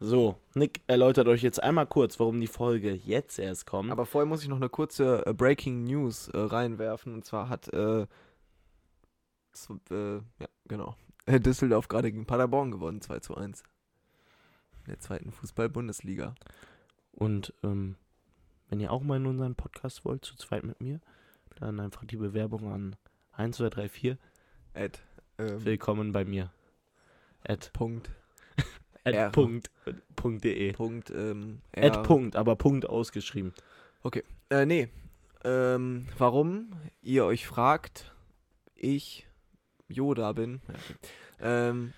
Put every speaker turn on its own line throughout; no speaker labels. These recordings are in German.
So, Nick erläutert euch jetzt einmal kurz, warum die Folge jetzt erst kommt.
Aber vorher muss ich noch eine kurze äh, Breaking News äh, reinwerfen. Und zwar hat, äh, z- äh, ja, genau, Düsseldorf gerade gegen Paderborn gewonnen, 2 zu 1. In der zweiten Fußball-Bundesliga.
Und ähm, wenn ihr auch mal in unseren Podcast wollt, zu zweit mit mir, dann einfach die Bewerbung an 1234.
Ed. Ähm,
Willkommen bei mir. At,
Punkt.
at
R.
Punkt, Punkt. De.
Punkt. Ähm,
At Punkt, aber Punkt ausgeschrieben.
Äh, nee. Ähm, warum ihr euch fragt, ich Yoda bin. Ja, okay. Ähm,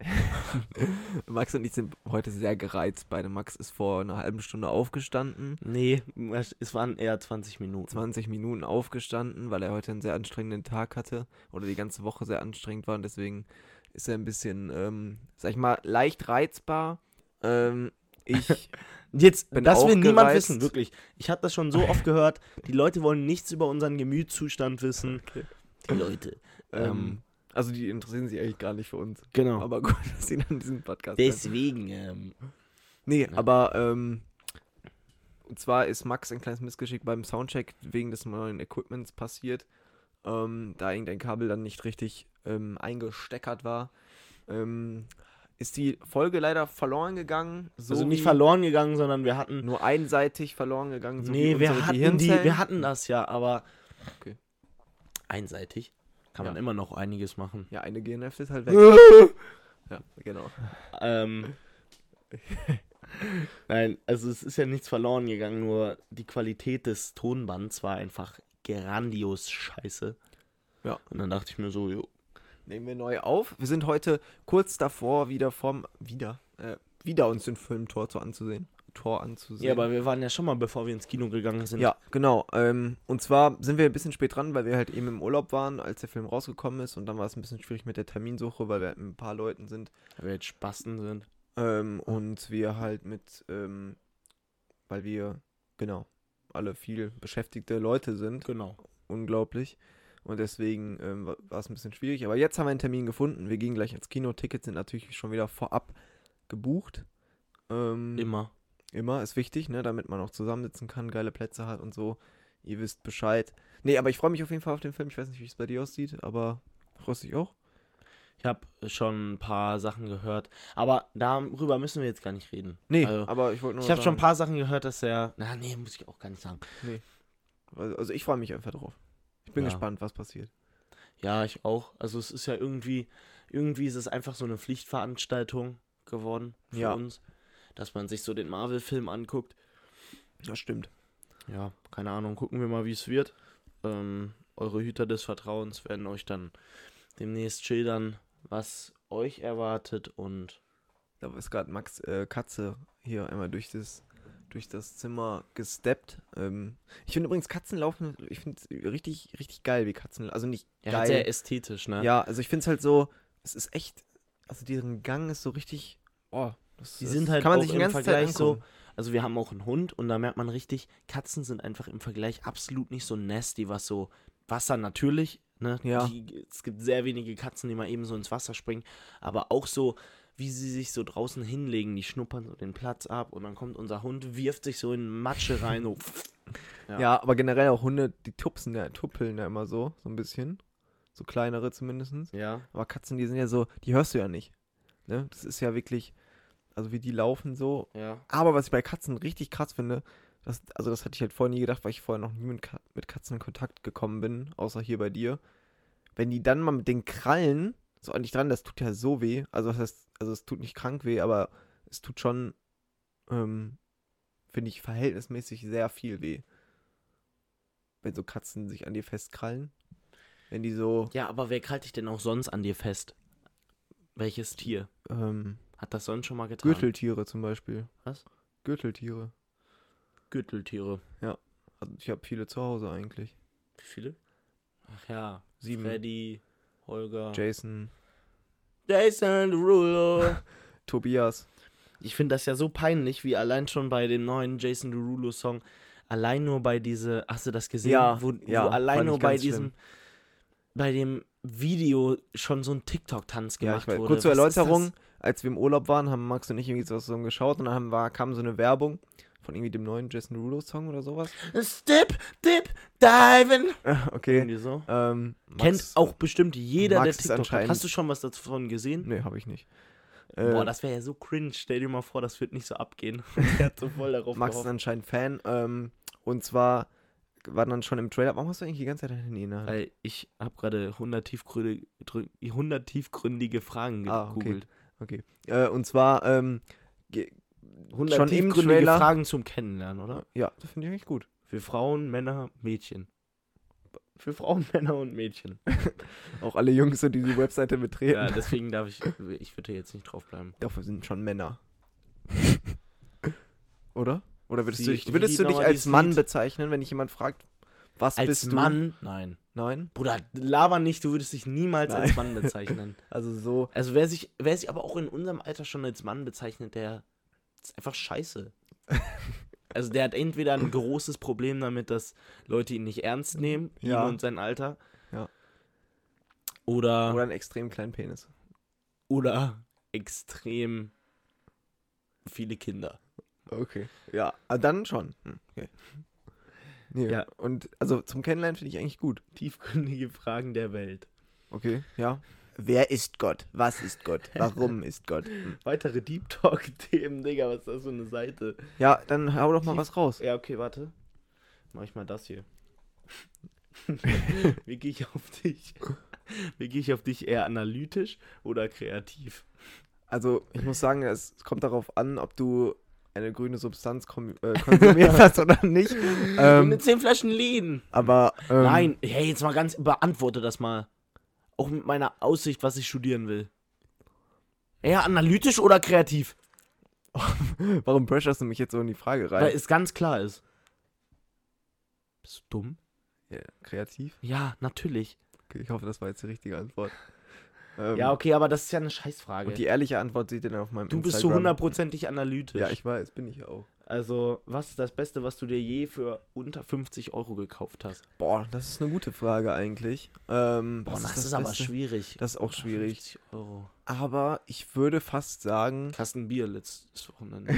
Max und ich sind heute sehr gereizt. Beide Max ist vor einer halben Stunde aufgestanden.
Nee, es waren eher 20 Minuten.
20 Minuten aufgestanden, weil er heute einen sehr anstrengenden Tag hatte oder die ganze Woche sehr anstrengend war und deswegen ist er ein bisschen, ähm, sag ich mal, leicht reizbar. Ähm, ich
Jetzt,
Bin
das will niemand
aufgereist.
wissen, wirklich. Ich habe das schon so oft gehört. Die Leute wollen nichts über unseren Gemütszustand wissen. Die Leute.
Ähm, also die interessieren sich eigentlich gar nicht für uns.
genau.
Aber gut, dass sie dann diesen Podcast hören.
Deswegen, ähm,
Nee,
Ja.
aber ähm, und zwar ist Max ein kleines Missgeschick beim Soundcheck wegen des neuen Equipments passiert, ähm, da irgendein Kabel dann nicht richtig ähm, eingesteckert war. Ähm, ist die Folge leider verloren gegangen. So
also nicht
wie-
verloren gegangen, sondern wir hatten
Nur einseitig verloren gegangen. So
nee,
wie
wir
unsere
hatten, die,
Gehirnzellen.
wir hatten das ja, aber
Okay.
einseitig kann man
Ja.
immer noch einiges machen.
Ja, eine Gehirnhälfte ist halt weg. ja, genau.
Ähm, Nein, also es ist ja nichts verloren gegangen, nur die Qualität des Tonbands war einfach grandios scheiße.
Ja.
Und dann dachte ich mir so, jo,
Nehmen wir neu auf. Wir sind heute kurz davor, wieder vom. Wieder. Äh, wieder uns den Film Tor zu anzusehen. Tor anzusehen.
Ja, aber wir waren ja schon mal, bevor wir ins Kino gegangen sind.
Ja, genau. Ähm, und zwar sind wir ein bisschen spät dran, weil wir halt eben im Urlaub waren, als der Film rausgekommen ist. Und dann war es ein bisschen schwierig mit der Terminsuche, weil wir halt mit ein paar Leuten sind.
Weil wir jetzt Spasten sind.
Ähm, und wir halt mit, ähm, weil wir, genau, alle viel beschäftigte Leute sind.
Genau.
Unglaublich. Und deswegen ähm, wa- war es ein bisschen schwierig. Aber jetzt haben wir einen Termin gefunden. Wir gehen gleich ins Kino. Tickets sind natürlich schon wieder vorab gebucht. Ähm,
Immer.
Immer, ist wichtig, ne, damit man auch zusammensitzen kann, geile Plätze hat und so. Ihr wisst Bescheid. Nee, aber ich freue mich auf jeden Fall auf den Film. Ich weiß nicht, wie es bei dir aussieht, aber freust du dich auch?
Ich habe schon ein paar Sachen gehört, aber darüber müssen wir jetzt gar nicht reden.
Nee,
Also,
aber ich wollte nur
ich habe schon ein
sagen,
paar Sachen gehört, dass er. Na, nee, muss ich auch gar nicht sagen.
Also, also ich freue mich einfach drauf. Ich bin
Ja.
gespannt, was passiert.
Ja, ich auch. Also, es ist ja irgendwie. Irgendwie ist es einfach so eine Pflichtveranstaltung geworden für
Ja.
uns, dass man sich so den Marvel-Film anguckt.
Das stimmt.
Ja, keine Ahnung. Gucken wir mal, wie es wird. Ähm, eure Hüter des Vertrauens werden euch dann demnächst schildern, was euch erwartet und
Da ist gerade Max äh, Katze hier einmal durch das, durch das Zimmer gesteppt. Ähm, ich finde übrigens Katzen laufen, ich finde es richtig, richtig geil, wie Katzen, also nicht
ja,
geil.
halt sehr ästhetisch, ne?
ja, also ich finde es halt so, es ist echt, also deren Gang ist so richtig, oh, das,
Die
das
sind halt
kann man
auch
sich die
im
ganze Zeit
Vergleich so-
angucken.
Also wir haben auch einen Hund und da merkt man richtig, Katzen sind einfach im Vergleich absolut nicht so nasty, was so Wasser natürlich, ne?
Ja.
Die, es gibt sehr wenige Katzen, die mal eben so ins Wasser springen, aber auch so, wie sie sich so draußen hinlegen, die schnuppern so den Platz ab und dann kommt unser Hund, wirft sich so in Matsche rein, so Ja.
Ja. aber generell auch Hunde, die tupsen ja, tuppeln ja immer so, so ein bisschen. So kleinere zumindest.
ja.
Aber Katzen, die sind ja so, die hörst du ja nicht. Ne? Das ist ja wirklich, also wie die laufen so.
Ja.
Aber was ich bei Katzen richtig krass finde, das, also das hatte ich halt vorher nie gedacht, weil ich vorher noch nie mit, Ka mit Katzen in Kontakt gekommen bin, außer hier bei dir. Wenn die dann mal mit den Krallen so an dich dran, das tut ja so weh. Also das heißt, also es tut nicht krank weh, aber es tut schon, ähm, finde ich, verhältnismäßig sehr viel weh. Wenn so Katzen sich an dir festkrallen. Wenn die so,
Ja, aber wer krallt dich denn auch sonst an dir fest? Welches Tier
ähm,
hat das sonst schon mal getan?
Gürteltiere zum Beispiel.
Was?
Gürteltiere.
Gürteltiere.
Also ich habe viele zu Hause eigentlich.
Wie viele? Ach ja,
Sieben.
Freddy, Holger.
Jason,
Jason Derulo.
Tobias.
Ich finde das ja so peinlich, wie allein schon bei dem neuen Jason Derulo Song, allein nur bei diese, hast du das gesehen?
Ja,
wo,
ja,
wo allein
fand
nur
ich
bei
ganz
diesem, bei dem Video schon so ein TikTok-Tanz
Ja,
gemacht
ich weiß.
wurde.
Kurz zur
Was ist das?
Erläuterung. als wir im Urlaub waren, haben Max und ich irgendwie so zusammen geschaut und dann haben, war, kam so eine Werbung von irgendwie dem neuen Jason Derulo-Song oder sowas.
Stip, dip, diven.
Ah, okay.
Irgendwie so.
Ähm, Max,
Kennt auch bestimmt jeder,
Max ist
der TikTok hat.
anscheinend-
Hast du schon was davon gesehen?
Nee, habe ich nicht.
Boah,
Ähm,
das wäre ja so cringe. Stell dir mal vor, das wird nicht so abgehen. der hat so voll darauf
Max ist
gehofft.
anscheinend Fan. Ähm, und zwar war dann schon im Trailer. Warum hast du eigentlich die ganze Zeit dein Handy in der Hand?
Weil ich habe gerade 100, tiefgründige- drü- 100 tiefgründige Fragen
Ah, okay.
gegoogelt.
Äh, und zwar, ähm, ge-
100
Schon im
tiefgründige
Trailer?
Fragen zum Kennenlernen, oder?
ja, das finde ich eigentlich gut.
Für Frauen, Männer, Mädchen. Für Frauen, Männer und Mädchen.
Auch alle Jungs, so, die die Webseite betreten.
Ja, deswegen darf ich, ich würde jetzt nicht draufbleiben.
Dafür sind schon Männer. Oder? Oder würdest
Sie-
du dich,
wie
würdest
hieß
du dich
nochmal
als
dieses
Mann
Lied?
bezeichnen, wenn dich jemand fragt, was
Als
bist du?
Mann? Nein.
Nein?
Bruder, laber nicht, du würdest dich niemals als
Nein.
Mann bezeichnen.
Also so.
Also wer sich, wer sich aber auch in unserem Alter schon als Mann bezeichnet, der ist einfach scheiße. Also der hat entweder ein großes Problem damit, dass Leute ihn nicht ernst nehmen,
Ja.
ihn und sein Alter.
Ja.
Oder,
Oder
oder,
einen extrem kleinen Penis.
extrem viele Kinder.
Okay. Ja, ah, dann schon. Hm, Okay. Nee,
Ja.
ja. Und also zum Kennenlernen finde ich eigentlich gut.
Tiefgründige Fragen der Welt.
Okay, ja. Wer ist Gott? Was ist Gott? Warum ist Gott? Hm.
Weitere Deep Talk-Themen, Digga, was ist das für eine Seite?
Ja, dann hau doch mal was raus.
Ja, okay, warte. Mach ich mal das hier. Wie gehe ich auf dich? Wie gehe ich auf dich eher analytisch oder kreativ?
Also, ich muss sagen, es kommt darauf an, ob du eine grüne Substanz kom- äh, konsumiert hast oder nicht. Ähm,
Mit zehn Flaschen Lean.
aber. Ähm,
Nein, hey, jetzt mal ganz, beantworte das mal. Auch mit meiner Aussicht, was ich studieren will. Eher analytisch oder kreativ?
Warum pressurst du mich jetzt so in die Frage rein?
Weil es ganz klar ist. Bist du dumm?
ja, kreativ?
Ja, natürlich.
Okay, ich hoffe, das war jetzt die richtige Antwort. Ähm,
Ja, okay, aber das ist ja eine Scheißfrage.
Und die ehrliche Antwort seht ihr dann auf meinem
Du bist zu
Instagram.
hundertprozentig analytisch.
Ja, ich weiß, bin ich auch.
Also, was ist das Beste, was du dir je für unter 50 Euro gekauft hast?
Boah, das ist eine gute Frage eigentlich. Ähm,
Boah,
was
das, ist, aber
Beste?
schwierig.
Das ist auch schwierig.
50 Euro.
Aber ich würde fast sagen,
Kasten Bier letztes Wochenende.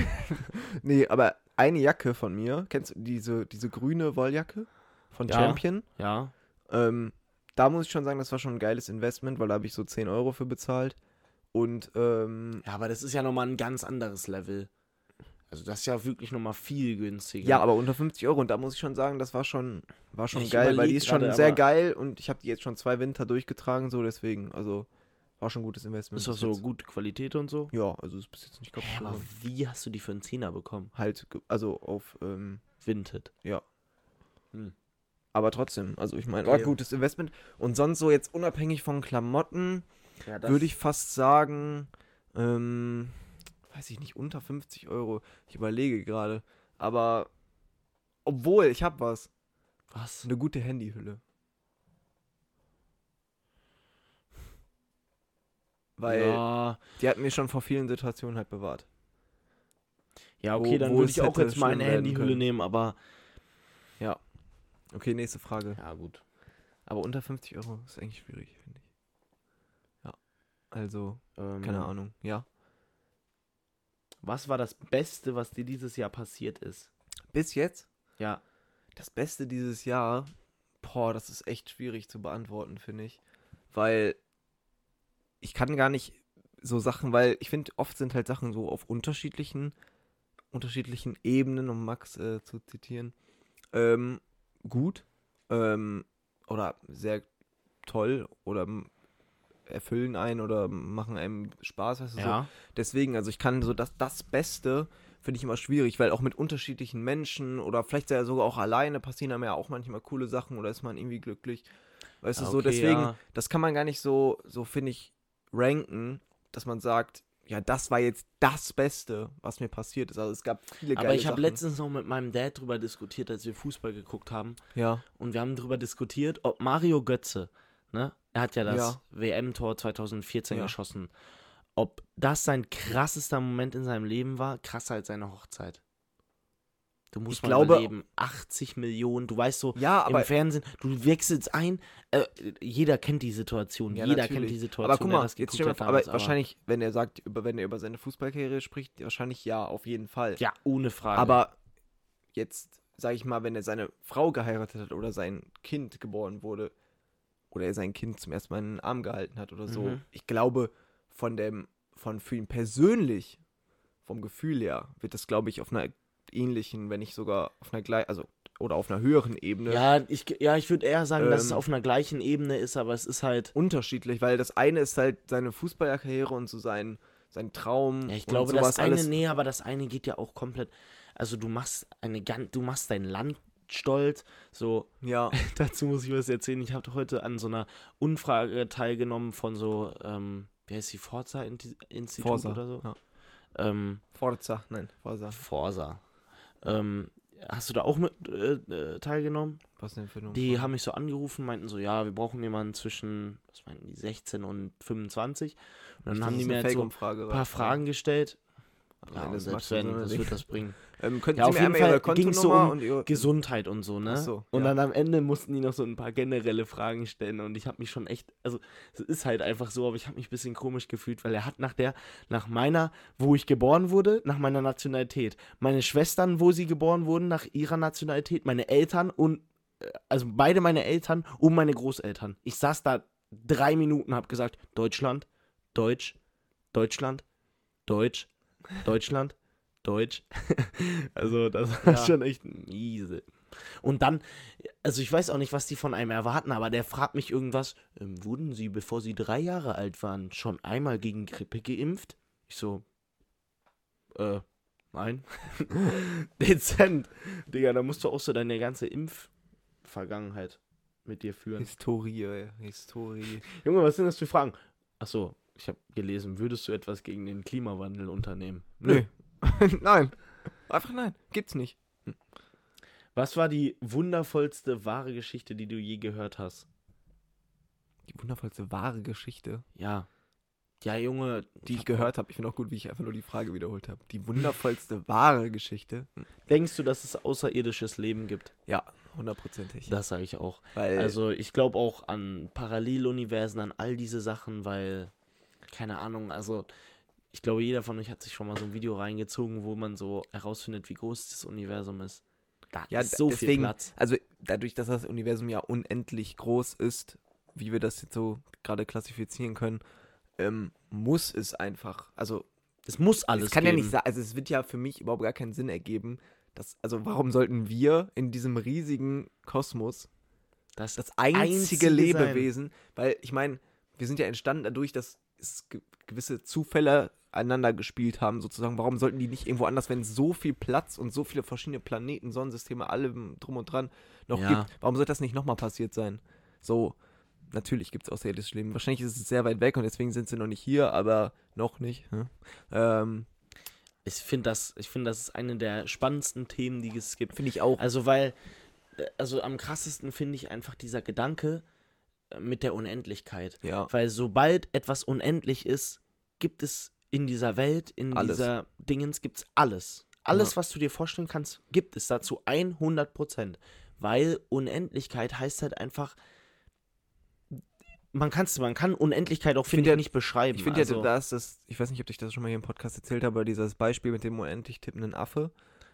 nee, aber eine Jacke von mir, kennst du diese, diese grüne Wolljacke von
Ja.
Champion?
ja.
Ähm, da muss ich schon sagen, das war schon ein geiles Investment, weil da habe ich so 10 Euro für bezahlt. Und ähm,
Ja, aber das ist ja nochmal ein ganz anderes Level. Also, das ist ja wirklich nochmal viel günstiger.
Ja, aber unter 50 Euro. Und da muss ich schon sagen, das war schon, war schon
Ich
geil, weil die
überleg
ist schon
gerade,
sehr
aber-
geil und ich habe die jetzt schon zwei Winter durchgetragen, so deswegen. Also war schon ein gutes Investment.
Ist doch
bis
so
jetzt.
gute Qualität und so.
Ja, also ist bis jetzt nicht kaputt.
Hä, aber
gegangen.
wie hast du die für einen Zehner bekommen?
halt, ge- also auf, ähm,
Vinted.
aber trotzdem, also ich meine, war ein
Geil.
gutes Investment. Und sonst so jetzt unabhängig von Klamotten,
Ja,
würde ich fast sagen, ähm, weiß ich nicht, unter 50 Euro. Ich überlege gerade. Aber, obwohl, ich habe was.
Was?
Eine gute Handyhülle. Weil
Ja,
die hat mir schon vor vielen Situationen halt bewahrt.
ja
wo-
okay, dann
wo
würde
es
ich auch
hätte
jetzt meine
schlimm werden
Handyhülle
können.
nehmen, aber.
Okay, nächste Frage.
Ja, gut.
Aber unter 50 Euro ist eigentlich schwierig, finde ich. Ja. Also,
Ähm,
keine Ahnung. Ja.
Was war das Beste, was dir dieses Jahr passiert ist?
Bis jetzt,
Ja,
das Beste dieses Jahr, boah, das ist echt schwierig zu beantworten, finde ich. Weil ich kann gar nicht so Sachen, weil ich finde, oft sind halt Sachen so auf unterschiedlichen, unterschiedlichen Ebenen, um Max äh, zu zitieren, ähm, gut ähm, oder sehr toll oder m- erfüllen einen oder machen einem Spaß, weißt du, so.
ja.
Deswegen, also ich kann so das, das Beste finde ich immer schwierig, weil auch mit unterschiedlichen Menschen oder vielleicht ja sogar auch alleine passieren einem ja auch manchmal coole Sachen oder ist man irgendwie glücklich. Weißt du,
Ja,
so
okay,
deswegen,
ja.
das kann man gar nicht so, so finde ich, ranken, dass man sagt, ja, das war jetzt das Beste, was mir passiert ist. Also es gab viele geile
Aber ich habe
Sachen.
letztens noch mit meinem Dad drüber diskutiert, als wir Fußball geguckt haben.
Ja,
Und wir haben drüber diskutiert, ob Mario Götze, ne? Er hat ja das
Ja.
WM-Tor 2014
Ja.
geschossen. Ob das sein krassester Moment in seinem Leben war, krasser als seine Hochzeit. Du musst
Ich
mal
glaube-
überleben. 80 Millionen, du weißt so,
Ja, aber
im Fernsehen, du wechselst ein, äh, jeder kennt die Situation,
Ja,
jeder kennt
natürlich.
die Situation.
Aber guck
der
mal,
das
jetzt
geguckt
stell mal
hat
vor, aber
damals,
wahrscheinlich, wenn er sagt, über, wenn er über seine Fußballkarriere spricht, wahrscheinlich ja, auf jeden Fall.
Ja, ohne Frage.
Aber jetzt, sag ich mal, wenn er seine Frau geheiratet hat oder sein Kind geboren wurde oder er sein Kind zum ersten Mal in den Arm gehalten hat oder so,
Mhm.
ich glaube, von dem, von für ihn persönlich, vom Gefühl her, wird das, glaube ich, auf einer ähnlichen, wenn nicht sogar auf einer gleichen, also oder auf einer höheren Ebene
ja, ich, ja, ich würde eher sagen, dass es
Ähm,
auf einer gleichen Ebene ist, aber es ist halt.
unterschiedlich, weil das eine ist halt seine Fußballerkarriere und so sein, sein Traum.
Ja, ich
und
glaube,
sowas
das eine,
alles.
nee, aber das eine geht ja auch komplett. Also du machst eine gan- du machst dein Land stolz. So,
Ja,
dazu muss ich was erzählen. Ich habe heute an so einer Umfrage teilgenommen von so, ähm, wie heißt die, Forza-Institut
Forza.
oder so?
Ja.
Ähm,
Forza, nein, Forza.
Forsa. Ähm, hast du da auch mit äh, äh, teilgenommen?
Was denn für eine
Die haben mich so angerufen, meinten so, ja, wir brauchen jemanden zwischen, was meinten die, 16 und 25. Und dann
Das
haben
ist
die mir
eine
halt so ein
Fake-Umfrage, ne?
paar
was?
Fragen gestellt.
Am
Ja,
Ende
und
ist Max
selbst
in
wenn,
so einer
was
Ding.
wird das bringen?
Ähm, könnten
Ja,
Sie
auf
mir
jeden Fall
einmal Ihre
ging's so
Kontonummer
um
und Ihre...
Gesundheit und so, ne?
Ach so,
und
ja.
dann am Ende mussten die noch so ein paar generelle Fragen stellen und ich habe mich schon echt, also es ist halt einfach so, aber ich habe mich ein bisschen komisch gefühlt, weil er hat nach der, nach meiner, wo ich geboren wurde, nach meiner Nationalität, meine Schwestern, wo sie geboren wurden, nach ihrer Nationalität, meine Eltern und, äh, also beide meine Eltern und meine Großeltern. Ich saß da drei Minuten, habe gesagt, Deutschland, Deutsch, Deutschland, Deutsch, Deutschland, Deutsch. also das war
Ja.
schon echt miese. Und dann, also ich weiß auch nicht, was die von einem erwarten, aber der fragt mich irgendwas, ähm, wurden sie, bevor sie drei Jahre alt waren, schon einmal gegen Grippe geimpft? Ich so, äh, nein. Dezent. Digga, da musst du auch so deine ganze Impfvergangenheit mit dir führen.
Historie, ey, Historie.
Junge, was sind das für Fragen? Achso, ich habe gelesen, würdest du etwas gegen den Klimawandel unternehmen?
Nö. nein. Einfach nein. Gibt's nicht.
Was war die wundervollste wahre Geschichte, die du je gehört hast?
Die wundervollste wahre Geschichte,
Ja. Ja, Junge,
die ich gehört habe. Ich finde auch gut, wie ich einfach nur die Frage wiederholt habe. Die wundervollste wahre Geschichte. Hm.
Denkst du, dass es außerirdisches Leben gibt?
Ja, hundertprozentig.
Das sage ich auch.
Weil
Also ich glaube auch an Paralleluniversen, an all diese Sachen, weil, keine Ahnung, also ich glaube, jeder von euch hat sich schon mal so ein Video reingezogen, wo man so herausfindet, wie groß das Universum ist. Da
Ja,
ist so viel
deswegen-
Platz.
Also dadurch, dass das Universum ja unendlich groß ist, wie wir das jetzt so gerade klassifizieren können, ähm, muss es einfach. Also
Es muss alles
es kann
geben.
ja nicht sein. Also es wird ja für mich überhaupt gar keinen Sinn ergeben, dass also warum sollten wir in diesem riesigen Kosmos
Das,
das einzige,
Einzige
Lebewesen, weil ich meine, wir sind ja entstanden dadurch, dass es ge gewisse Zufälle einander gespielt haben sozusagen. Warum sollten die nicht irgendwo anders, wenn es so viel Platz und so viele verschiedene Planeten, Sonnensysteme, allem drum und dran noch
Ja.
gibt? Warum sollte das nicht nochmal passiert sein? So, natürlich gibt es außerirdisches Leben. Wahrscheinlich ist es sehr weit weg und deswegen sind sie noch nicht hier, aber noch nicht. Ne? Ähm,
ich finde das, ich finde das ist eine der spannendsten Themen, die es gibt.
Finde ich auch.
Also weil, äh, also am krassesten finde ich einfach dieser Gedanke äh, mit der Unendlichkeit.
ja.
Weil sobald etwas unendlich ist, gibt es in dieser Welt, in
Alles.
dieser Dingens, gibt es alles. Alles, was du dir vorstellen kannst, gibt es dazu 100 Prozent. Weil Unendlichkeit heißt halt einfach, man, kann's, man kann Unendlichkeit auch, finde
find
ich,
ja-
nicht beschreiben.
Ich finde
also,
ja, da ist das, ich weiß nicht, ob ich das schon mal hier im Podcast erzählt habe, aber dieses Beispiel mit dem unendlich tippenden Affe,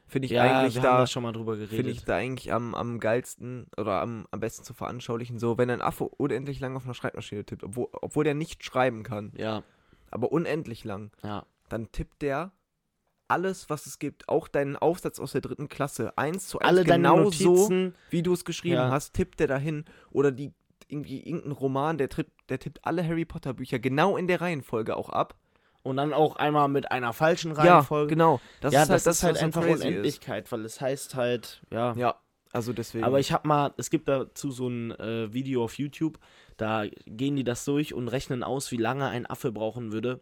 finde ich
ja,
eigentlich
wir
da,
haben da schon mal drüber
finde
geredet.
ich da eigentlich am, am geilsten oder am, am besten zu veranschaulichen, so wenn ein Affe unendlich lang auf einer Schreibmaschine tippt, obwohl, obwohl der nicht schreiben kann,
ja,
aber unendlich lang,
ja.
dann tippt der alles, was es gibt, auch deinen Aufsatz aus der dritten Klasse, eins zu eins,
Alle deine
genau so,
Notizen,
wie du es geschrieben
Ja.
hast, tippt der dahin oder die irgendwie irgendein Roman, der, tritt, der tippt alle Harry Potter Bücher genau in der Reihenfolge auch ab.
Und dann auch einmal mit einer falschen Reihenfolge.
Ja, genau. Das
ja,
ist halt,
das,
das
ist halt
was so
einfach
crazy
Unendlichkeit, weil es heißt halt, ja.
Ist. Ja, also deswegen.
Aber ich hab mal, es gibt dazu so ein äh, Video auf YouTube, da gehen die das durch und rechnen aus, wie lange ein Affe brauchen würde.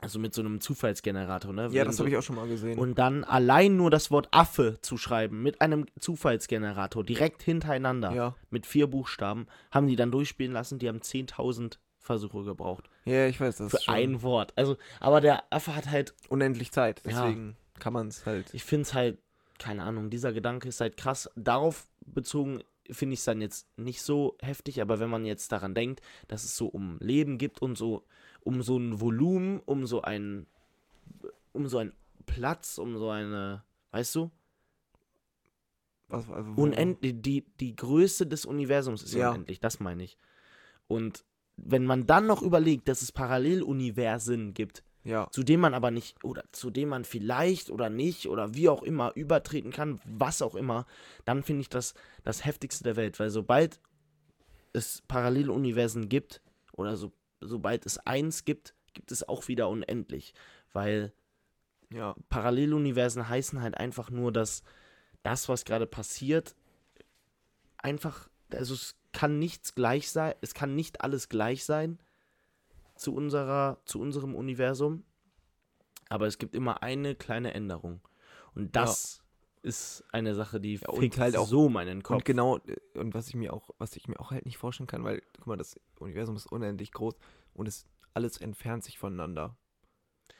Also mit so einem Zufallsgenerator, ne?
ja, das habe ich auch schon mal gesehen.
Und dann allein nur das Wort Affe zu schreiben mit einem Zufallsgenerator, direkt hintereinander,
ja.
mit vier Buchstaben, haben die dann durchspielen lassen, die haben 10.000 Versuche gebraucht.
ja, ich weiß, das
Für
ist schon
ein Wort. Also, aber der Affe hat halt
unendlich Zeit.
Ja.
Deswegen kann man es halt.
Ich finde es halt keine Ahnung, dieser Gedanke ist halt krass. Darauf bezogen finde ich es dann jetzt nicht so heftig, aber wenn man jetzt daran denkt, dass es so um Leben gibt und so um so ein Volumen, um so ein um so einen Platz, um so eine, weißt du,
Was, also, wo-
unendlich die die Größe des Universums ist ja.
Ja.
unendlich, das meine ich. Und wenn man dann noch überlegt, dass es Paralleluniversen gibt,
Ja,
zu dem man aber nicht oder zu dem man vielleicht oder nicht oder wie auch immer übertreten kann, was auch immer, dann finde ich das das heftigste der Welt, weil sobald es Paralleluniversen gibt oder so, sobald es eins gibt, gibt es auch wieder unendlich, weil
ja.
Paralleluniversen heißen halt einfach nur, dass das, was gerade passiert, einfach, also es kann nichts gleich sein, es kann nicht alles gleich sein zu unserer, zu unserem Universum, aber es gibt immer eine kleine Änderung. Und das ist eine Sache, die
Ja, und
fickt
halt auch-
so meinen Kopf.
Und genau, äh, und was ich mir auch, was ich mir auch halt nicht vorstellen kann, weil, guck mal, das Universum ist unendlich groß und es alles entfernt sich voneinander.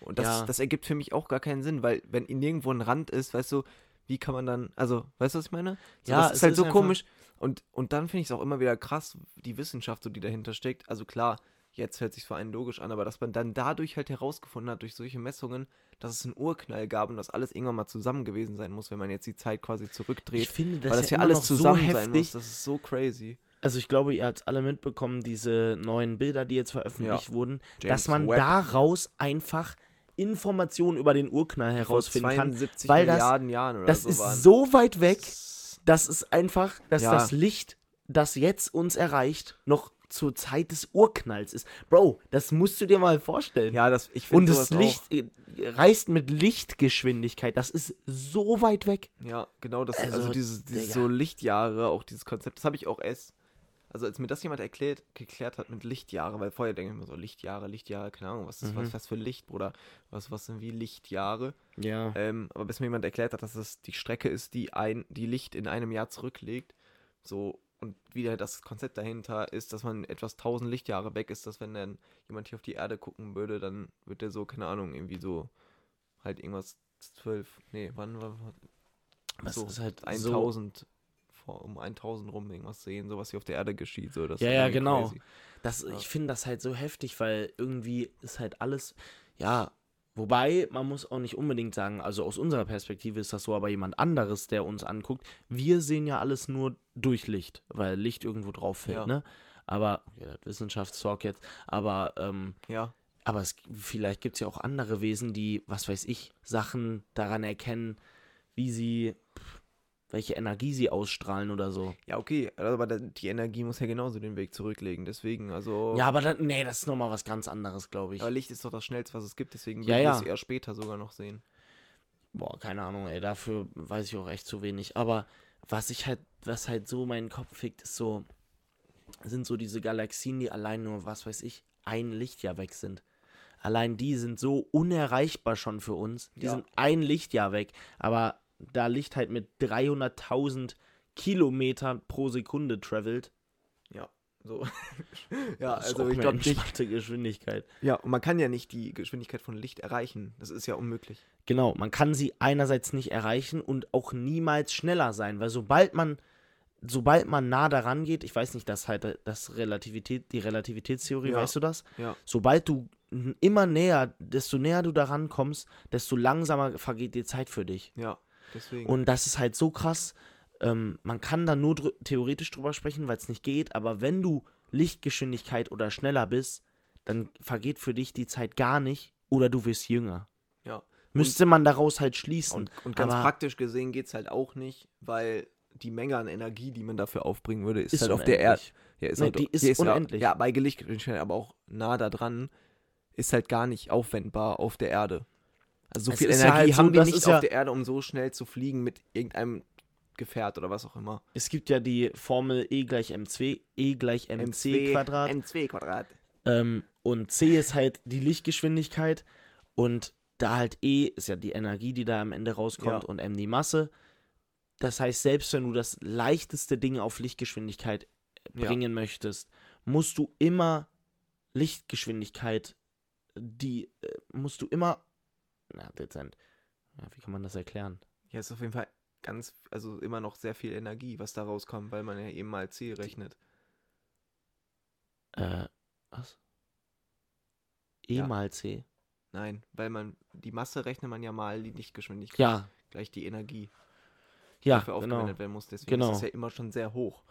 Und das,
Ja.
das ergibt für mich auch gar keinen Sinn, weil wenn in nirgendwo ein Rand ist, weißt du, wie kann man dann, also, weißt du, was ich meine? So,
Ja,
das
es
ist halt
ist
so
einfach-
komisch. Und, und dann finde ich es auch immer wieder krass, die Wissenschaft, so, die dahinter steckt. Also klar, jetzt hört sich vor allem logisch an, aber dass man dann dadurch halt herausgefunden hat, durch solche Messungen, dass es einen Urknall gab und dass alles irgendwann mal zusammen gewesen sein muss, wenn man jetzt die Zeit quasi zurückdreht
ich finde
weil
das,
das
ja
ja
immer
alles
noch
zusammen
so heftig.
sein muss. Das ist so crazy.
Also ich glaube, ihr habt alle mitbekommen, diese neuen Bilder, die jetzt veröffentlicht wurden, dass
James
man
Webb.
daraus einfach Informationen über den Urknall herausfinden kann. weil das-
Milliarden Jahren oder
Das
so
ist
waren.
so weit weg, dass es einfach, dass
Ja.
das Licht, das jetzt uns erreicht, noch zur Zeit des Urknalls ist. Bro, das musst du dir mal vorstellen.
Ja, das, ich
Und
finde
das Licht äh, reist mit Lichtgeschwindigkeit. Das ist so weit weg.
Auch, ja, genau. Das,
Also,
also, dieses, dieses
Digga.
so Lichtjahre, auch dieses Konzept, das habe ich auch erst. Also, als mir das jemand erklärt, geklärt hat mit Lichtjahre, weil vorher denke ich mir so: Lichtjahre, Lichtjahre, keine Ahnung, was ist
Mhm.
was, was für Licht, Bruder? Was, was sind wie Lichtjahre?
Ja.
Ähm, aber bis mir jemand erklärt hat, dass es die Strecke ist, die ein, die Licht in einem Jahr zurücklegt, so und wieder das Konzept dahinter ist, dass man etwas tausend Lichtjahre weg ist, dass wenn dann jemand hier auf die Erde gucken würde, dann wird der so, keine Ahnung, irgendwie so halt irgendwas zwölf, nee, wann war war-
Das
so,
ist halt so.
1000 vor um 1000 rum irgendwas sehen, so was hier auf der Erde geschieht, so das
Ja,
ist
ja,
irgendwie
genau.
crazy.
Das,
Ja.
Ich finde das halt so heftig, weil irgendwie ist halt alles. Ja, wobei man muss auch nicht unbedingt sagen, also aus unserer Perspektive ist das so, aber jemand anderes, der uns anguckt, wir sehen ja alles nur durch Licht, weil Licht irgendwo drauf fällt,
Ja.
ne? Aber, ja, das Wissenschaftstalk jetzt, aber, ähm,
Ja,
aber es, vielleicht gibt es ja auch andere Wesen, die, was weiß ich, Sachen daran erkennen, wie sie, pff, welche Energie sie ausstrahlen oder so.
ja, okay, also, aber da- die Energie muss ja genauso den Weg zurücklegen, deswegen, also
Ja, aber dann, nee, das ist nochmal was ganz anderes, glaube ich.
Aber Licht ist doch das schnellste, was es gibt, deswegen
Ja,
würden
ja.
wir es eher später sogar noch sehen.
Boah, keine Ahnung, ey, dafür weiß ich auch echt zu wenig. Aber was ich halt, was halt so meinen Kopf fickt, ist so, sind so diese Galaxien, die allein nur, was weiß ich, ein Lichtjahr weg sind. Allein die sind so unerreichbar schon für uns. Die
Ja.
sind ein Lichtjahr weg. Aber da Licht halt mit 300.000 Kilometern pro Sekunde travelt,
So. ja,
ist
also
auch
ich
eine
glaube nicht.
entspannte Geschwindigkeit.
Ja, und man kann ja nicht die Geschwindigkeit von Licht erreichen. Das ist ja unmöglich.
Genau, man kann sie einerseits nicht erreichen und auch niemals schneller sein, weil sobald man, sobald man nah daran geht, ich weiß nicht, das ist halt das Relativität, die Relativitätstheorie,
Ja.
weißt du das?
Ja.
Sobald du n- immer näher, desto näher du daran kommst, desto langsamer vergeht die Zeit für dich.
Ja, deswegen.
Und das ist halt so krass. Ähm, man kann da nur drü theoretisch drüber sprechen, weil es nicht geht, aber wenn du Lichtgeschwindigkeit oder schneller bist, dann vergeht für dich die Zeit gar nicht oder du wirst jünger.
ja.
Müsste man daraus halt schließen.
Und, und ganz
aber-
praktisch gesehen geht es halt auch nicht, weil die Menge an Energie, die man dafür aufbringen würde, ist,
Ist
halt auf der Erde.
unendlich.
Ja, ist
Nee,
halt,
die ist
ja-
unendlich.
Ja, bei Lichtgeschwindigkeit, aber auch nah da dran, ist halt gar nicht aufwendbar auf der Erde. Also so
Es
viel
ist
Energie
ja halt so,
haben wir
das
nicht
ist
auf
ja-
der Erde, um so schnell zu fliegen mit irgendeinem Gefährt oder was auch immer.
Es gibt ja die Formel E gleich MC, E gleich MC Quadrat.
MC Quadrat.
Ähm, und C ist halt die Lichtgeschwindigkeit und da halt E ist ja die Energie, die da am Ende rauskommt
Ja.
und M die Masse. Das heißt, selbst wenn du das leichteste Ding auf Lichtgeschwindigkeit äh,
Ja.
bringen möchtest, musst du immer Lichtgeschwindigkeit, die äh, musst du immer, na dezent, ja, wie kann man das erklären?
Ja, ist auf jeden Fall ganz, also immer noch sehr viel Energie, was da rauskommt, weil man ja eben mal C rechnet.
Äh, was? E
Ja.
mal C.
Nein, weil man die Masse rechnet man ja mal die Lichtgeschwindigkeit
Ja,
gleich die Energie, die
ja,
dafür
genau.
aufgewendet werden muss. Deswegen
Genau.
ist das ja immer schon sehr hoch.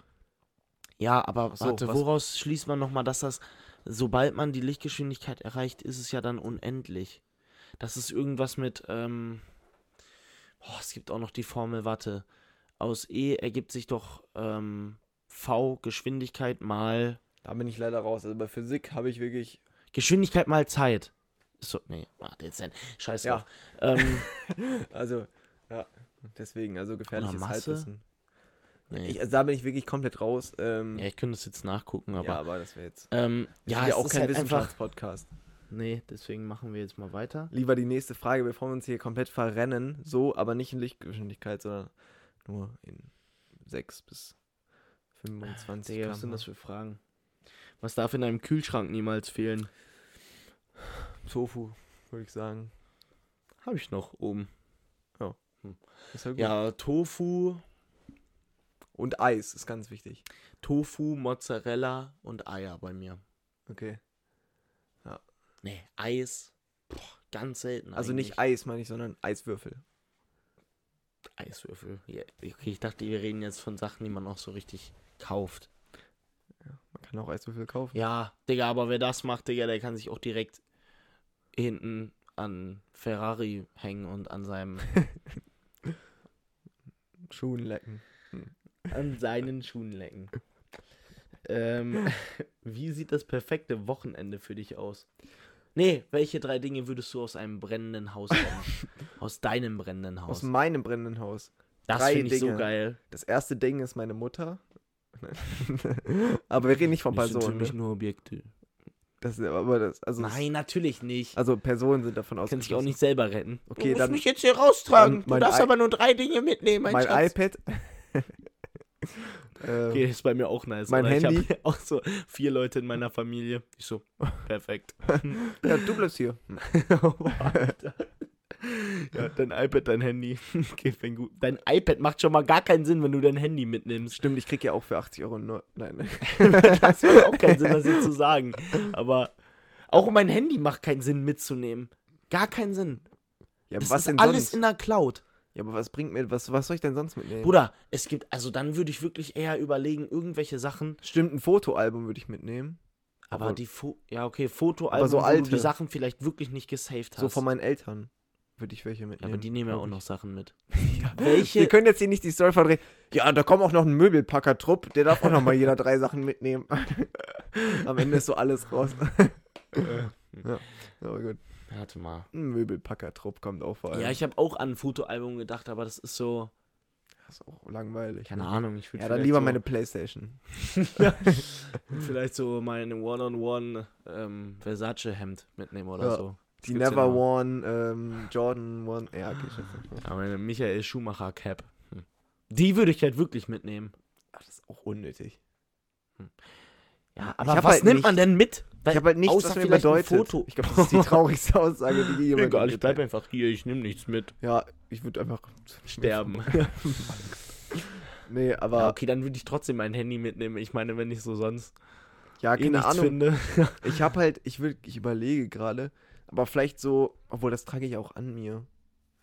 Ja, aber
Ach so,
warte,
was-
woraus schließt man nochmal, dass das, sobald man die Lichtgeschwindigkeit erreicht, ist es ja dann unendlich. Das ist irgendwas mit, ähm, oh, es gibt auch noch die Formel, warte, aus E ergibt sich doch ähm, V Geschwindigkeit mal,
Da bin ich leider raus. Also bei Physik habe ich wirklich.
Geschwindigkeit mal Zeit. Ist so, nee, macht jetzt Sinn. Scheiß
Ja.
drauf. Ähm,
Also, ja. Deswegen, also gefährliches
Masse?
Halbwissen.
nee.
Ich, also da bin ich wirklich komplett raus. Ähm,
ja, ich könnte es jetzt nachgucken, aber.
ja,
Ja,
aber das wäre jetzt.
ähm,
Wir
ja,
sind
es
auch
ist
kein
halt einfach.
Wissenschaftspodcast.
Nee, deswegen machen wir jetzt mal weiter.
Lieber die nächste Frage, bevor wir uns hier komplett verrennen. So, aber nicht in Lichtgeschwindigkeit, sondern nur in 6 bis 25.
Digga, was sind
km/h.
das für Fragen? Was darf in einem Kühlschrank niemals fehlen?
Tofu, würde ich sagen.
Habe ich noch oben.
Ist ja, gut.
Ja, Tofu,
Und Eis ist ganz wichtig.
Tofu, Mozzarella und Eier bei mir.
Okay.
Nee, Eis. Boah, ganz selten.
Also nicht Eis, meine ich, sondern Eiswürfel.
eigentlich. Eiswürfel. Ja, okay, ich dachte, wir reden jetzt von Sachen, die man auch so richtig kauft.
Man kann auch Eiswürfel kaufen.
Ja, Digga, aber wer das macht, Digga, der kann sich auch direkt hinten an Ferrari hängen und an seinem
Schuhen lecken.
an seinen Schuhen lecken. Ähm, wie sieht das perfekte Wochenende für dich aus? Nee, welche drei Dinge würdest du aus einem brennenden Haus haben? aus deinem brennenden
Aus
Haus.
meinem brennenden Haus.
das
drei
finde ich so
Dinge.
geil.
Das erste Ding ist meine Mutter. Nein. aber wir reden nicht von
Das sind für
Personen.
mich
Ne?
nur Objekte.
Das ist aber das. Also,
Nein, natürlich nicht.
also Personen sind davon
Kann
ausgeschlossen.
sich auch nicht selber retten.
Okay, dann-
jetzt hier raustragen.
dann mein Ei-
nur drei Dinge mitnehmen,
mein iPad. Äh,
Okay, ist bei mir auch nice.
Mein
oder? Ich
Handy.
habe auch so vier Leute in meiner Familie. Ich so, perfekt.
Ja, du bleibst hier.
Alter. Ja, dein iPad, dein Handy. Okay, fäng gut. Dein iPad macht schon mal gar keinen Sinn, wenn du dein Handy mitnimmst.
Stimmt, ich krieg ja auch für 80 Euro. Neu Nein.
das macht auch keinen Sinn, das jetzt zu sagen. Aber auch mein Handy macht keinen Sinn mitzunehmen. Gar keinen Sinn.
Ja, aber
Das
was
ist
denn
alles
sonst?
in der Cloud.
ja, aber was bringt mir, was, was soll ich denn sonst mitnehmen?
Bruder, es gibt, also dann würde ich wirklich eher überlegen, irgendwelche Sachen,
Stimmt, ein Fotoalbum würde ich mitnehmen.
aber,
Aber-
die, Fo ja okay, Fotoalben,
Aber so
wo du die
alte.
Sachen vielleicht wirklich nicht gesaved hast.
So von meinen Eltern würde ich welche mitnehmen.
aber die nehmen ja
glaub
auch
ich.
noch Sachen mit.
Wir
Welche,
können jetzt hier nicht die Story verdrehen. Ja, da kommt auch noch ein Möbelpacker-Trupp, der darf auch noch mal jeder drei Sachen mitnehmen. Am Ende ist so alles raus. ja, aber gut.
Äh, warte mal.
Ein Möbelpacker-Trupp kommt auch vor allem.
Ja, ich habe auch an ein Fotoalbum gedacht, aber das ist so,
das ist auch langweilig. ne?
keine Ahnung. Ich würd
Ja, dann
vielleicht
lieber
so,
meine Playstation.
Vielleicht so mein One-on-One ähm, Versace-Hemd mitnehmen oder
Ja.
so.
Die
gibt's ja
Never
noch.
Worn, ähm, Jordan One. Ja, okay, scheiße.
Ja, meine Michael Schumacher-Cap. Hm. Die würde ich halt wirklich mitnehmen.
Ach, das ist auch unnötig.
Ja,
aber
aber
hab
was
halt
nimmt
nicht-
man denn mit?
Ich habe halt nichts,
Außer
was mir
vielleicht ein
bedeutet.
Foto.
Ich glaube, das ist die traurigste Aussage, die je jemand
Egal, ich
geteilt
bleibe einfach hier, ich nehme nichts mit.
hat. Ja, ich würde einfach
Sterben.
Nee, aber
Ja, okay, dann würde ich trotzdem mein Handy mitnehmen. Ich meine, wenn ich so sonst
ja,
eh
keine
nichts
Ahnung.
finde.
Ich habe halt, ich will, ich überlege gerade, aber vielleicht so, obwohl das trage ich auch an mir.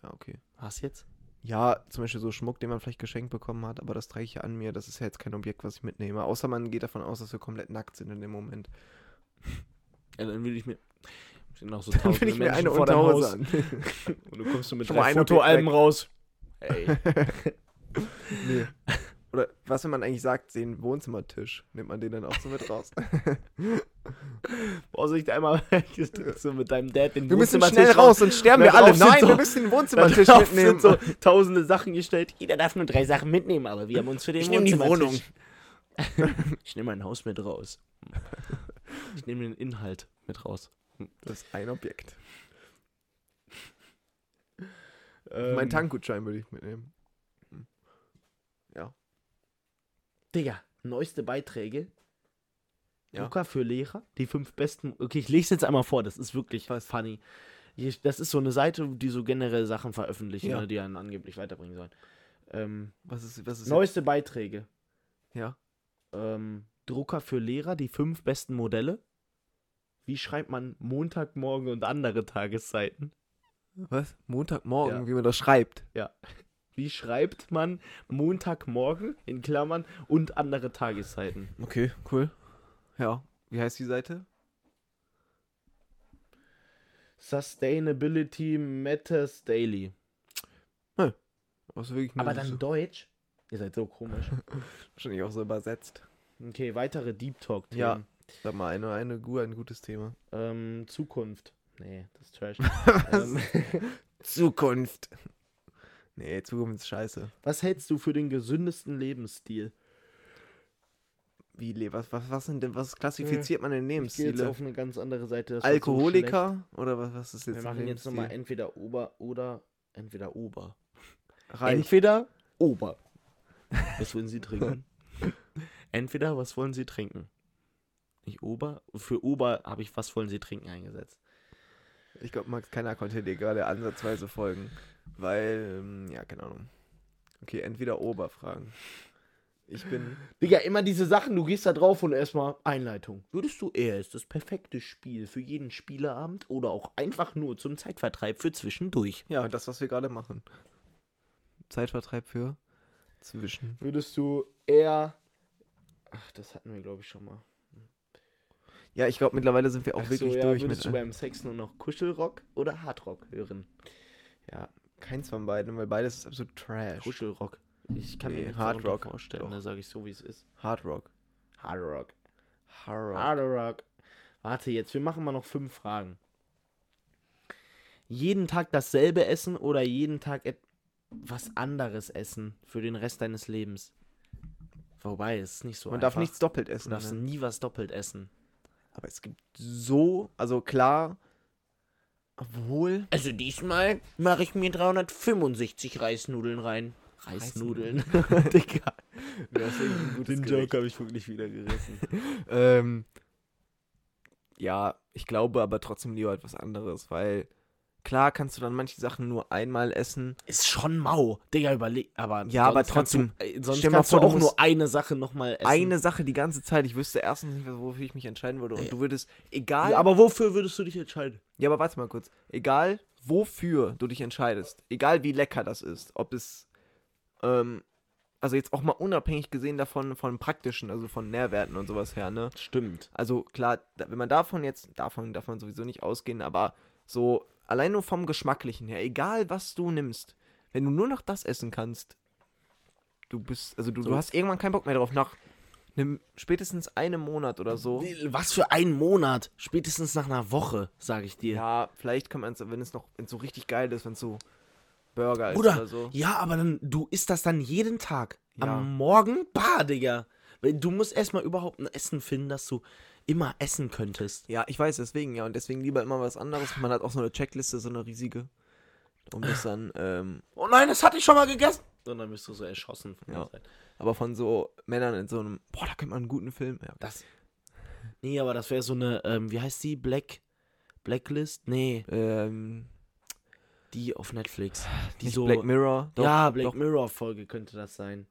Ja, okay.
Was jetzt?
Ja, zum Beispiel so Schmuck, den man vielleicht geschenkt bekommen hat, aber das trage ich ja an mir. Das ist ja jetzt kein Objekt, was ich mitnehme. Außer man geht davon aus, dass wir komplett nackt sind in dem Moment.
Ja, dann würde ich mir. Sind noch so
Dann will
tausende
ich mir
Menschen
eine
vor deinem
Unterhose
Haus.
an.
Und du kommst so mit
Schon mal
drei
ein Objekt
Fotoalben
weg.
raus. Ey.
nee. Oder was, wenn man eigentlich sagt, den Wohnzimmertisch, nimmt man den dann auch so mit raus.
Vorsicht einmal, du drückst so mit deinem Dad den
Wir müssen
Wohnzimmertisch
schnell raus, sonst sterben
Da
wir alle.
drauf sind
Nein,
so-
wir müssen den
Da
Wohnzimmertisch
drauf sind
mitnehmen.
so tausende Sachen gestellt. Jeder darf nur drei Sachen mitnehmen, aber wir haben uns für den
Ich nehm die
Wohnzimmertisch- ich nehme mein Haus mit raus. Ich nehme den Inhalt mit raus.
Das ist ein Objekt.
Ähm,
Mein Tankgutschein würde ich mitnehmen.
Digga, neueste Beiträge.
Ja.
Luca für Lehrer. Die fünf besten. Okay, ich lese es jetzt einmal vor. Das ist wirklich
Was?
funny. Ich, das ist so eine Seite, die so generell Sachen veröffentlichen,
Ja.
ne, die einen angeblich weiterbringen sollen. Ähm,
Was ist, was ist
neueste Beiträge.
Ja.
Ähm, Drucker für Lehrer, die fünf besten Modelle. Wie schreibt man Montagmorgen und andere Tageszeiten?
Was? Montagmorgen,
Ja.
wie man das schreibt.
Wie schreibt man Montagmorgen in Klammern und andere Tageszeiten?
Okay, cool. Ja. Wie heißt die Seite?
Sustainability Matters Daily.
Was wirklich
Aber
nur so-
dann Deutsch? Ihr seid so komisch.
wahrscheinlich auch so übersetzt.
Okay, weitere Deep Talk. -Themen.
Ja. Sag mal, eine, eine, gu- ein gutes Thema.
Ähm, Zukunft. Nee, das ist Trash. ähm,
Zukunft. Nee, Zukunft ist scheiße.
was hältst du für den gesündesten Lebensstil?
Wie, le- was, was, was sind denn, was klassifiziert man denn
Ich gehe jetzt
Lebensstile?
auf eine ganz andere Seite. das war so
Alkoholiker? oder was, was ist
schlecht.
jetzt
Wir
ein
machen jetzt
Lebensstil?
nochmal entweder Ober oder entweder Ober.
Reich.
Entweder Ober. Was wollen Sie trinken? entweder was wollen Sie trinken? Nicht Ober? Für Ober habe ich was wollen Sie trinken eingesetzt.
Ich glaube, Max, keiner konnte dir gerade ansatzweise folgen. Weil, ähm, ja, keine Ahnung. Okay, entweder Oberfragen. Ich bin.
Digga, immer diese Sachen, du gehst da drauf und erstmal Einleitung. Würdest du eher ist das perfekte Spiel für jeden Spieleabend oder auch einfach nur zum Zeitvertreib für zwischendurch?
Ja, das, was wir gerade machen. Zeitvertreib für zwischen.
Würdest du eher. Ach, das hatten wir, glaube ich, schon mal.
Ja, ich glaube, mittlerweile sind wir auch
Ach so,
wirklich
ja,
durch
Würdest
mit.
du beim Sex nur noch Kuschelrock oder Hardrock hören? Ja,
Keins von beiden, weil beides ist absolut Trash.
Kuschelrock. Ich kann
Nee,
mir nichts
Hard
darunter
Rock.
vorstellen,
Doch.
da sage ich so, wie es ist.
Hardrock.
Hardrock.
Hardrock.
Hardrock. Warte jetzt, wir machen mal noch fünf Fragen. Jeden Tag dasselbe essen oder jeden Tag et- was anderes essen für den Rest deines Lebens? Wobei, es ist nicht so
Man
einfach.
darf nichts doppelt
Du
essen.
darfst
ne?
nie was doppelt essen.
Aber es gibt so, also klar, obwohl.
Also diesmal mache ich mir 365 Reisnudeln rein. Reisnudeln. Digga. Den Joke habe ich wirklich wieder gerissen.
Ähm, ja, ich glaube aber trotzdem lieber etwas anderes, weil klar kannst du dann manche Sachen nur einmal essen.
Ist schon mau. Digga, überleg. Aber
Ja, aber
sonst kannst
trotzdem,
Du, äh, sonst
stell mal
kannst du
vor, du
auch
musst
nur eine Sache nochmal essen.
Eine Sache die ganze Zeit. Ich wüsste erstens nicht, wofür ich mich entscheiden würde. Und du würdest, egal.
Äh. Ja, aber wofür würdest du dich entscheiden?
Ja, aber warte mal kurz. Egal, wofür du dich entscheidest, egal wie lecker das ist, ob es, ähm, also jetzt auch mal unabhängig gesehen davon, von praktischen, also von Nährwerten und sowas her, ne?
Stimmt.
Also klar, da- wenn man davon jetzt, davon darf man sowieso nicht ausgehen, aber so allein nur vom Geschmacklichen her, egal was du nimmst, wenn du nur noch das essen kannst, du bist, also du, du
So.
hast irgendwann keinen Bock mehr drauf, nach einem, spätestens einem Monat oder so.
Was für einen Monat? Spätestens nach einer Woche, sage ich dir.
Ja, vielleicht kann man es, wenn es noch, wenn es so richtig geil ist, wenn es so Burger ist
Bruder,
oder so.
ja, aber dann, du isst das dann jeden Tag.
Ja.
Am Morgen? Bah, Digga. Weil Du musst erstmal überhaupt ein Essen finden, das du immer essen könntest.
Ja, ich weiß, deswegen, ja. Und deswegen lieber immer was anderes. Man hat auch so eine Checkliste, so eine riesige. Um das dann, ähm,
Oh nein, das hatte ich schon mal gegessen. Und dann bist du so erschossen von
Ja.
der Seite.
aber von so Männern in so einem, boah, da könnte man einen guten Film. Ja,
Das. Nee, aber das wäre so eine, ähm, wie heißt die? Black. Blacklist? Nee,
Ähm,
die auf Netflix. Die
nicht
so.
Black Mirror. Doch,
ja, Black
doch.
Mirror-Folge könnte das sein.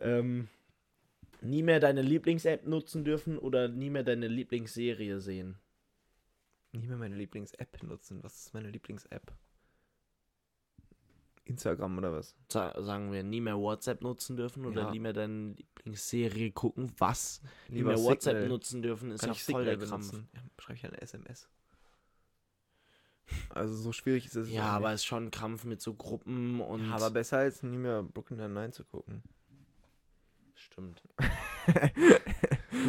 ähm, nie mehr deine Lieblings-App nutzen dürfen oder nie mehr deine Lieblingsserie sehen.
Nie mehr meine Lieblings-App nutzen. Was ist meine Lieblings-App? Instagram oder was?
Sa sagen wir, nie mehr WhatsApp nutzen dürfen oder
Ja.
nie mehr deine Lieblingsserie gucken. Was? Nie
Lieber
mehr WhatsApp
Signal.
nutzen dürfen ist
Kann
ja
ich
voll der
Signal
Krampf.
benutzen? Ja, schreibe ich eine SMS. Also so schwierig ist es.
Ja, aber ist schon ein Krampf mit so Gruppen und.
Ja, aber besser als nie mehr Brooklyn Nine-Nine zu gucken.
Stimmt.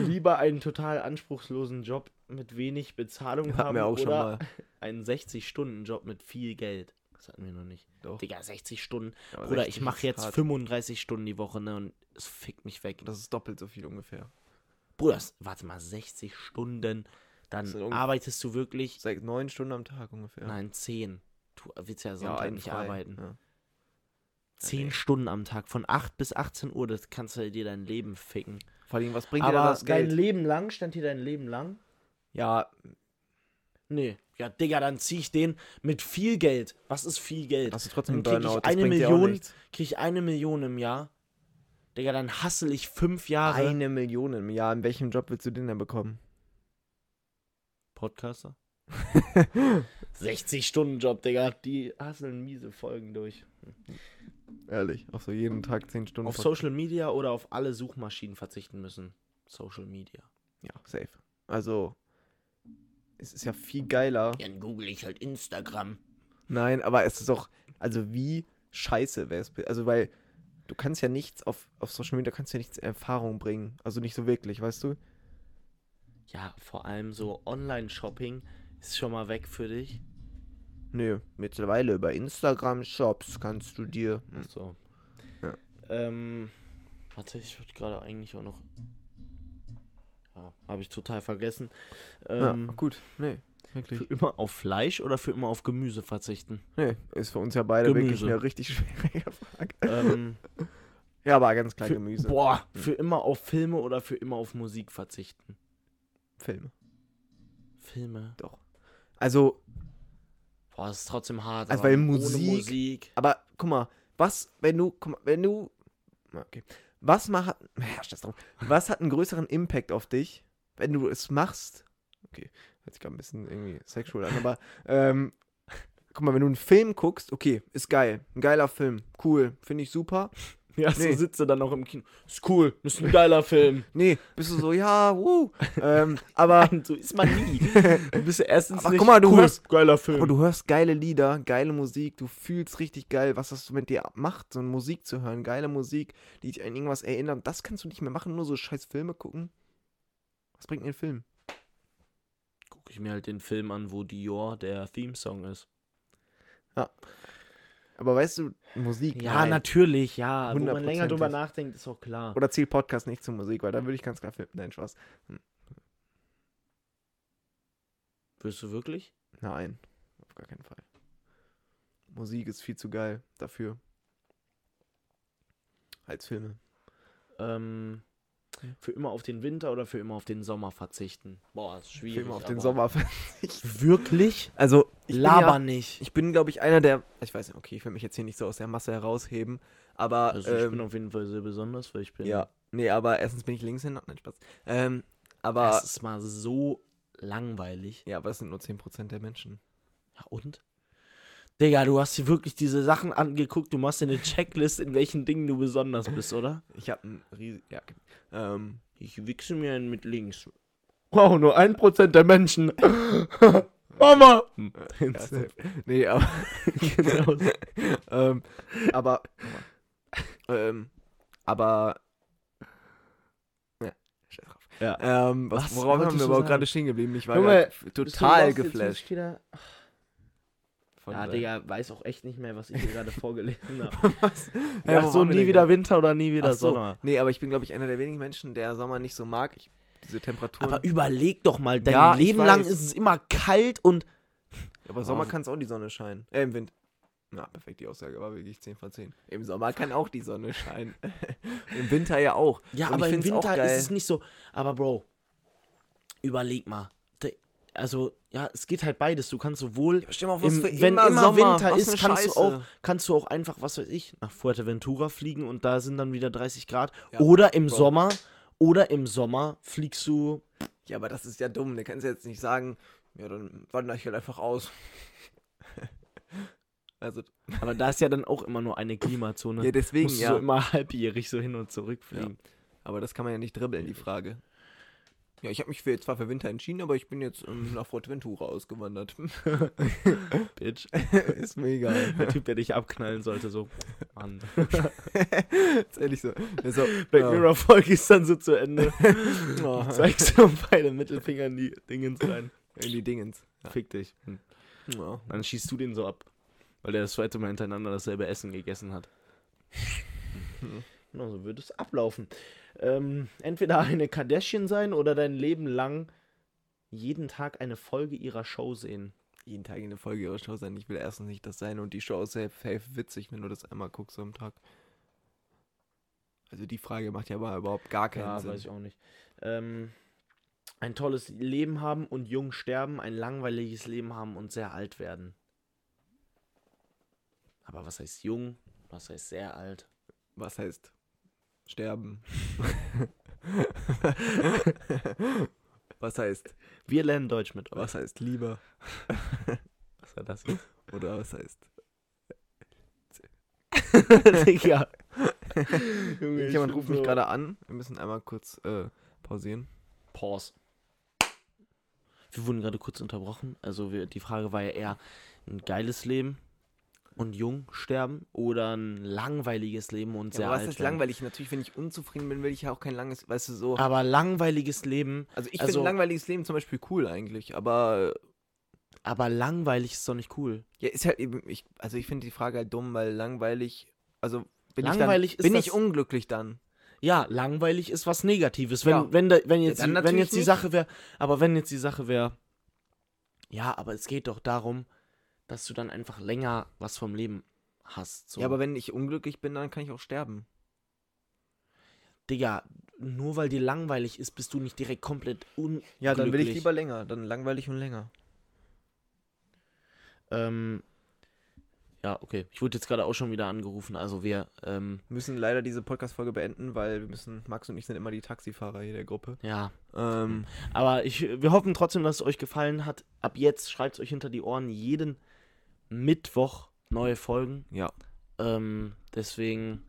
Lieber einen total anspruchslosen Job mit wenig Bezahlung
Hatten
haben
wir auch schon
oder
mal.
einen 60-Stunden-Job mit viel Geld. Das hatten wir noch nicht.
Doch.
Digga, 60 Stunden.
Aber
Oder
60
ich
ist
mache jetzt
hart.
35 Stunden die Woche, ne? Und es fickt mich weg.
Das ist doppelt so viel ungefähr.
Bruder, s- warte mal, 60 Stunden.
Das
Dann
sind ungef-
arbeitest du wirklich.
Seit neun Stunden am Tag ungefähr.
Nein, 10. Du willst ja Sonntag
einen
nicht
frei.
arbeiten.
Ja.
10
nee.
Stunden am Tag, von 8 bis 18 Uhr, das kannst du dir dein Leben ficken.
Vor allem, was bringt dir
Aber
dann das
dein
Geld?
Leben lang, stand hier dein Leben lang?
ja,
Nee, Ja, Digga, dann zieh ich den mit viel Geld. Was ist viel Geld?
Hast du trotzdem einen
Dann krieg ich
Burnout? das
eine
bringt dir auch
Million
nichts.
Krieg ich eine Million im Jahr? Digga, dann hassel ich fünf Jahre.
Eine Million im Jahr. In welchem Job willst du den denn bekommen?
Podcaster? 60-Stunden-Job, Digga. Die hasseln miese Folgen durch.
Ehrlich, auf so jeden Tag 10 Stunden.
Auf
Pod-
Social Media oder auf alle Suchmaschinen verzichten müssen. Social Media.
Ja, safe. Also, es ist ja viel geiler.
Ja, dann google ich halt Instagram.
Nein, aber es ist auch, also wie scheiße wäre es. Also, weil du kannst ja nichts auf, auf Social Media, kannst ja nichts in Erfahrung bringen. Also nicht so wirklich, weißt du?
Ja, vor allem so Online-Shopping ist schon mal weg für dich.
Nö, mittlerweile über Instagram-Shops kannst du dir.
Ach So.
Hm. Ja.
Ähm, warte, ich würde gerade eigentlich auch noch. Ja, habe ich total vergessen.
Ja,
Ähm,
gut, nee,
für
wirklich.
immer auf Fleisch oder für immer auf Gemüse verzichten?
Nee, ist für uns ja beide wirklich
Gemüse.
eine richtig schwierige Frage.
ähm,
Ja, aber ganz klar
für,
Gemüse.
Boah, für immer auf Filme oder für immer auf Musik verzichten?
Filme.
Filme.
Also,
Boah, das ist trotzdem hart.
Also,
aber
weil
ohne
Musik-
Musik.
Aber guck mal, was, wenn du, guck mal, wenn du, na, okay, was macht, herrscht das drum, was hat einen größeren Impact auf dich, wenn du es machst? Okay, hört sich gerade ein bisschen irgendwie sexual an, aber, ähm, guck mal, wenn du einen Film guckst, okay, ist geil, ein geiler Film, cool, finde ich super.
Ja,
Nee.
so sitze dann auch im Kino. Ist cool, ist ein geiler Film.
Nee, bist du so, ja, wuh, ähm, aber,
Nein, Ah, so ist man nie. Du bist ja erstens
Aber
nicht
guck mal, du hörst-
geiler Film.
aber du hörst geile Lieder, geile Musik, du fühlst richtig geil, was das mit dir macht, so eine Musik zu hören, geile Musik, die dich an irgendwas erinnert, das kannst du nicht mehr machen, nur so scheiß Filme gucken. Was bringt mir ein Film?
gucke ich mir halt den Film an, wo Dior der Theme-Song ist.
Aber weißt du, Musik,
Ja,
nein.
natürlich, ja. Wo man länger
100%.
drüber nachdenkt, ist auch klar.
Oder zählt Podcast nicht zur Musik, weil da würde ich ganz klar Film. Nein, Spaß.
Willst du wirklich?
Nein, auf gar keinen Fall. Musik ist viel zu geil dafür. Als Filme.
Ähm,
Ja.
für immer auf den Winter oder für immer auf den Sommer verzichten? Boah, ist schwierig.
Filme auf den
aber-
Sommer.
Wirklich?
Also, ich bin ja-
Laber nicht.
Ich bin, glaube ich, einer der. Ich weiß nicht, okay, ich will mich jetzt hier nicht so aus der Masse herausheben, aber.
Also ich
ähm,
bin auf jeden Fall sehr besonders, weil ich bin.
ja. Nee, aber erstens bin ich links hin. Nein, Spaß. Ähm, aber.
Das ist mal so langweilig.
ja, aber das sind nur 10% der Menschen.
Ja, und? Digga, du hast dir wirklich diese Sachen angeguckt, du machst dir eine Checklist, in welchen Dingen du besonders bist, oder?
Ich habe einen riesigen. Ja, okay. ähm,
Ich wichse mir einen mit links. Wow, nur ein Prozent der Menschen. Mama!
ja, safe. halt- nee, aber. genau. ähm, aber. ähm, aber. Ja, scheiß drauf.
Ja.
Ähm, was,
Was
worauf
wolltest
haben wir
du
überhaupt
sagen?
gerade stehen geblieben? Ich war
Junge,
grad total geflasht. von
Ja,
der-
Digga, weiß auch echt nicht mehr, was ich hier gerade vorgelesen habe.
Was? Hä,
Ja,
wo
so
waren wir
nie
denn
wieder
gerade?
Winter oder nie wieder
Ach so.
Sommer.
Nee, aber ich bin, glaube ich, einer der wenigen Menschen, der Sommer nicht so mag. Ich, diese Temperaturen.
Aber überleg doch mal, dein
Ja, ich
Leben lang
weiß.
ist es immer kalt und.
Aber Sommer
Ah.
kann es auch die Sonne scheinen. Äh, im Wind. Na, perfekt, die Aussage war wirklich 10 von 10. Im Sommer kann auch die Sonne scheinen. Im Winter ja auch.
Ja,
Und ich
aber im
find's auch
Winter
geil.
ist es nicht so. Aber Bro, überleg mal. De- Also, ja, es geht halt beides. Du kannst sowohl.
Stell mal
Im, wenn immer, Winter ist, kannst du, auch, kannst du auch einfach, was weiß ich, nach Fuerteventura fliegen und da sind dann wieder 30 Grad.
Ja,
oder im
Bro.
Sommer, oder im Sommer fliegst du.
Ja, aber das ist ja dumm. Du kannst jetzt nicht sagen, ja, dann wandere ich halt einfach aus. also,
Aber da ist ja dann auch immer nur eine Klimazone.
ja, deswegen
musst du
ja.
so immer halbjährig so hin und zurück fliegen.
Aber das kann man ja nicht dribbeln, die Frage. Ja, ich habe mich für, zwar für Winter entschieden, aber ich bin jetzt ähm, nach Fortventura ausgewandert.
Bitch.
ist mir egal.
Der Typ, der dich abknallen sollte, so. Mann.
ist ehrlich so. Ja, so
Black
ja.
Mirror Folge ist dann so zu Ende.
Oh.
Zeigst du beide Mittelfinger in die Dingens rein.
In die Dingens.
Fick dich. Hm.
Ja.
Dann schießt du den so ab. Weil der das zweite Mal hintereinander dasselbe Essen gegessen hat. Genau, so würde es ablaufen. Ähm, entweder eine Kardashian sein oder dein Leben lang jeden Tag eine Folge ihrer Show sehen.
Jeden Tag eine Folge ihrer Show sein. Ich will erstens nicht das sein und die Show ist safe, safe witzig, wenn du das einmal guckst am Tag. Also die Frage macht ja aber überhaupt gar keinen
Ja,
Sinn.
weiß ich auch nicht. Ähm, ein tolles Leben haben und jung sterben, ein langweiliges Leben haben und sehr alt werden. Aber was heißt jung? Was heißt sehr alt?
Was heißt sterben? was heißt,
Wir lernen Deutsch mit euch.
was heißt Liebe?
Was war das?
Oder was heißt?
Digga. Junge,
Jemand
bin
ruft mich
so-
gerade an. Wir müssen einmal kurz äh, pausieren.
Pause. Wir wurden gerade kurz unterbrochen. Also wir, die Frage war ja eher ein geiles Leben und jung sterben oder ein langweiliges Leben und sehr
aber was
alt
ist
werden.
langweilig? Natürlich, wenn ich unzufrieden bin, will ich ja auch kein langes, weißt du, so.
Aber langweiliges Leben,
Ah, Also ich
also-
finde ein langweiliges Leben zum Beispiel cool eigentlich, aber
aber langweilig ist doch nicht cool.
äh, ja, ist halt eben, ich, also ich finde die Frage halt dumm, weil langweilig, also bin
Langweilig
ich
ist
dann, bin
das-
ich unglücklich dann.
Ja, langweilig ist was Negatives. Wenn,
Ja.
wenn, da, wenn jetzt,
dann
die- wenn
natürlich
jetzt die
nicht.
Sache wäre, aber wenn jetzt die Sache wäre, ja, aber es geht doch darum, dass du dann einfach länger was vom Leben hast. So.
Ja, aber wenn ich unglücklich bin, dann kann ich auch sterben.
Digga, nur weil dir langweilig ist, bist du nicht direkt komplett un.
Ja, dann will ich
Glücklich.
lieber länger, dann langweilig und länger.
Ähm, ja, okay. Ich wurde jetzt gerade auch schon wieder angerufen. Also wir, ähm,
Wir müssen leider diese Podcast-Folge beenden, weil wir müssen, Max und ich sind immer die Taxifahrer hier der Gruppe.
ja.
Ähm,
Aber ich, wir hoffen trotzdem, dass es euch gefallen hat. Ab jetzt schreibt euch hinter die Ohren jeden Mittwoch neue Folgen.
ja,
Ähm, deswegen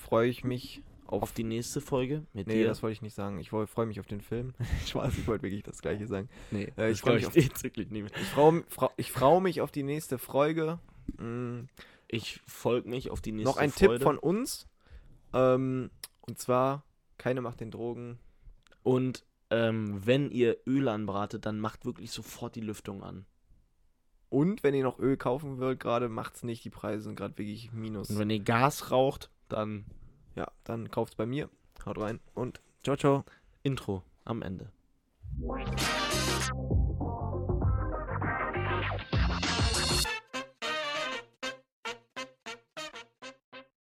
freue ich mich auf,
auf die nächste Folge mit
Nee,
dir.
das wollte ich nicht sagen. Ich freue mich auf den Film. Spaß, ich wollte wirklich das gleiche sagen.
nee,
äh,
das
ich
glaub
freu mich auf-
jetzt wirklich nicht mehr.
Ich freue frau mich auf die nächste Folge. Mm,
Ich folge mich auf die nächste
noch ein
Folge.
Tipp von uns. Ähm, und zwar, keine macht den Drogen.
Und ähm, wenn ihr Öl anbratet, dann macht wirklich sofort die Lüftung an.
Und wenn ihr noch Öl kaufen wollt, gerade macht's nicht. Die Preise sind gerade wirklich minus.
Und wenn ihr Gas raucht, dann
Ja, dann kauft's bei mir. Haut rein und ciao, ciao.
Intro am Ende.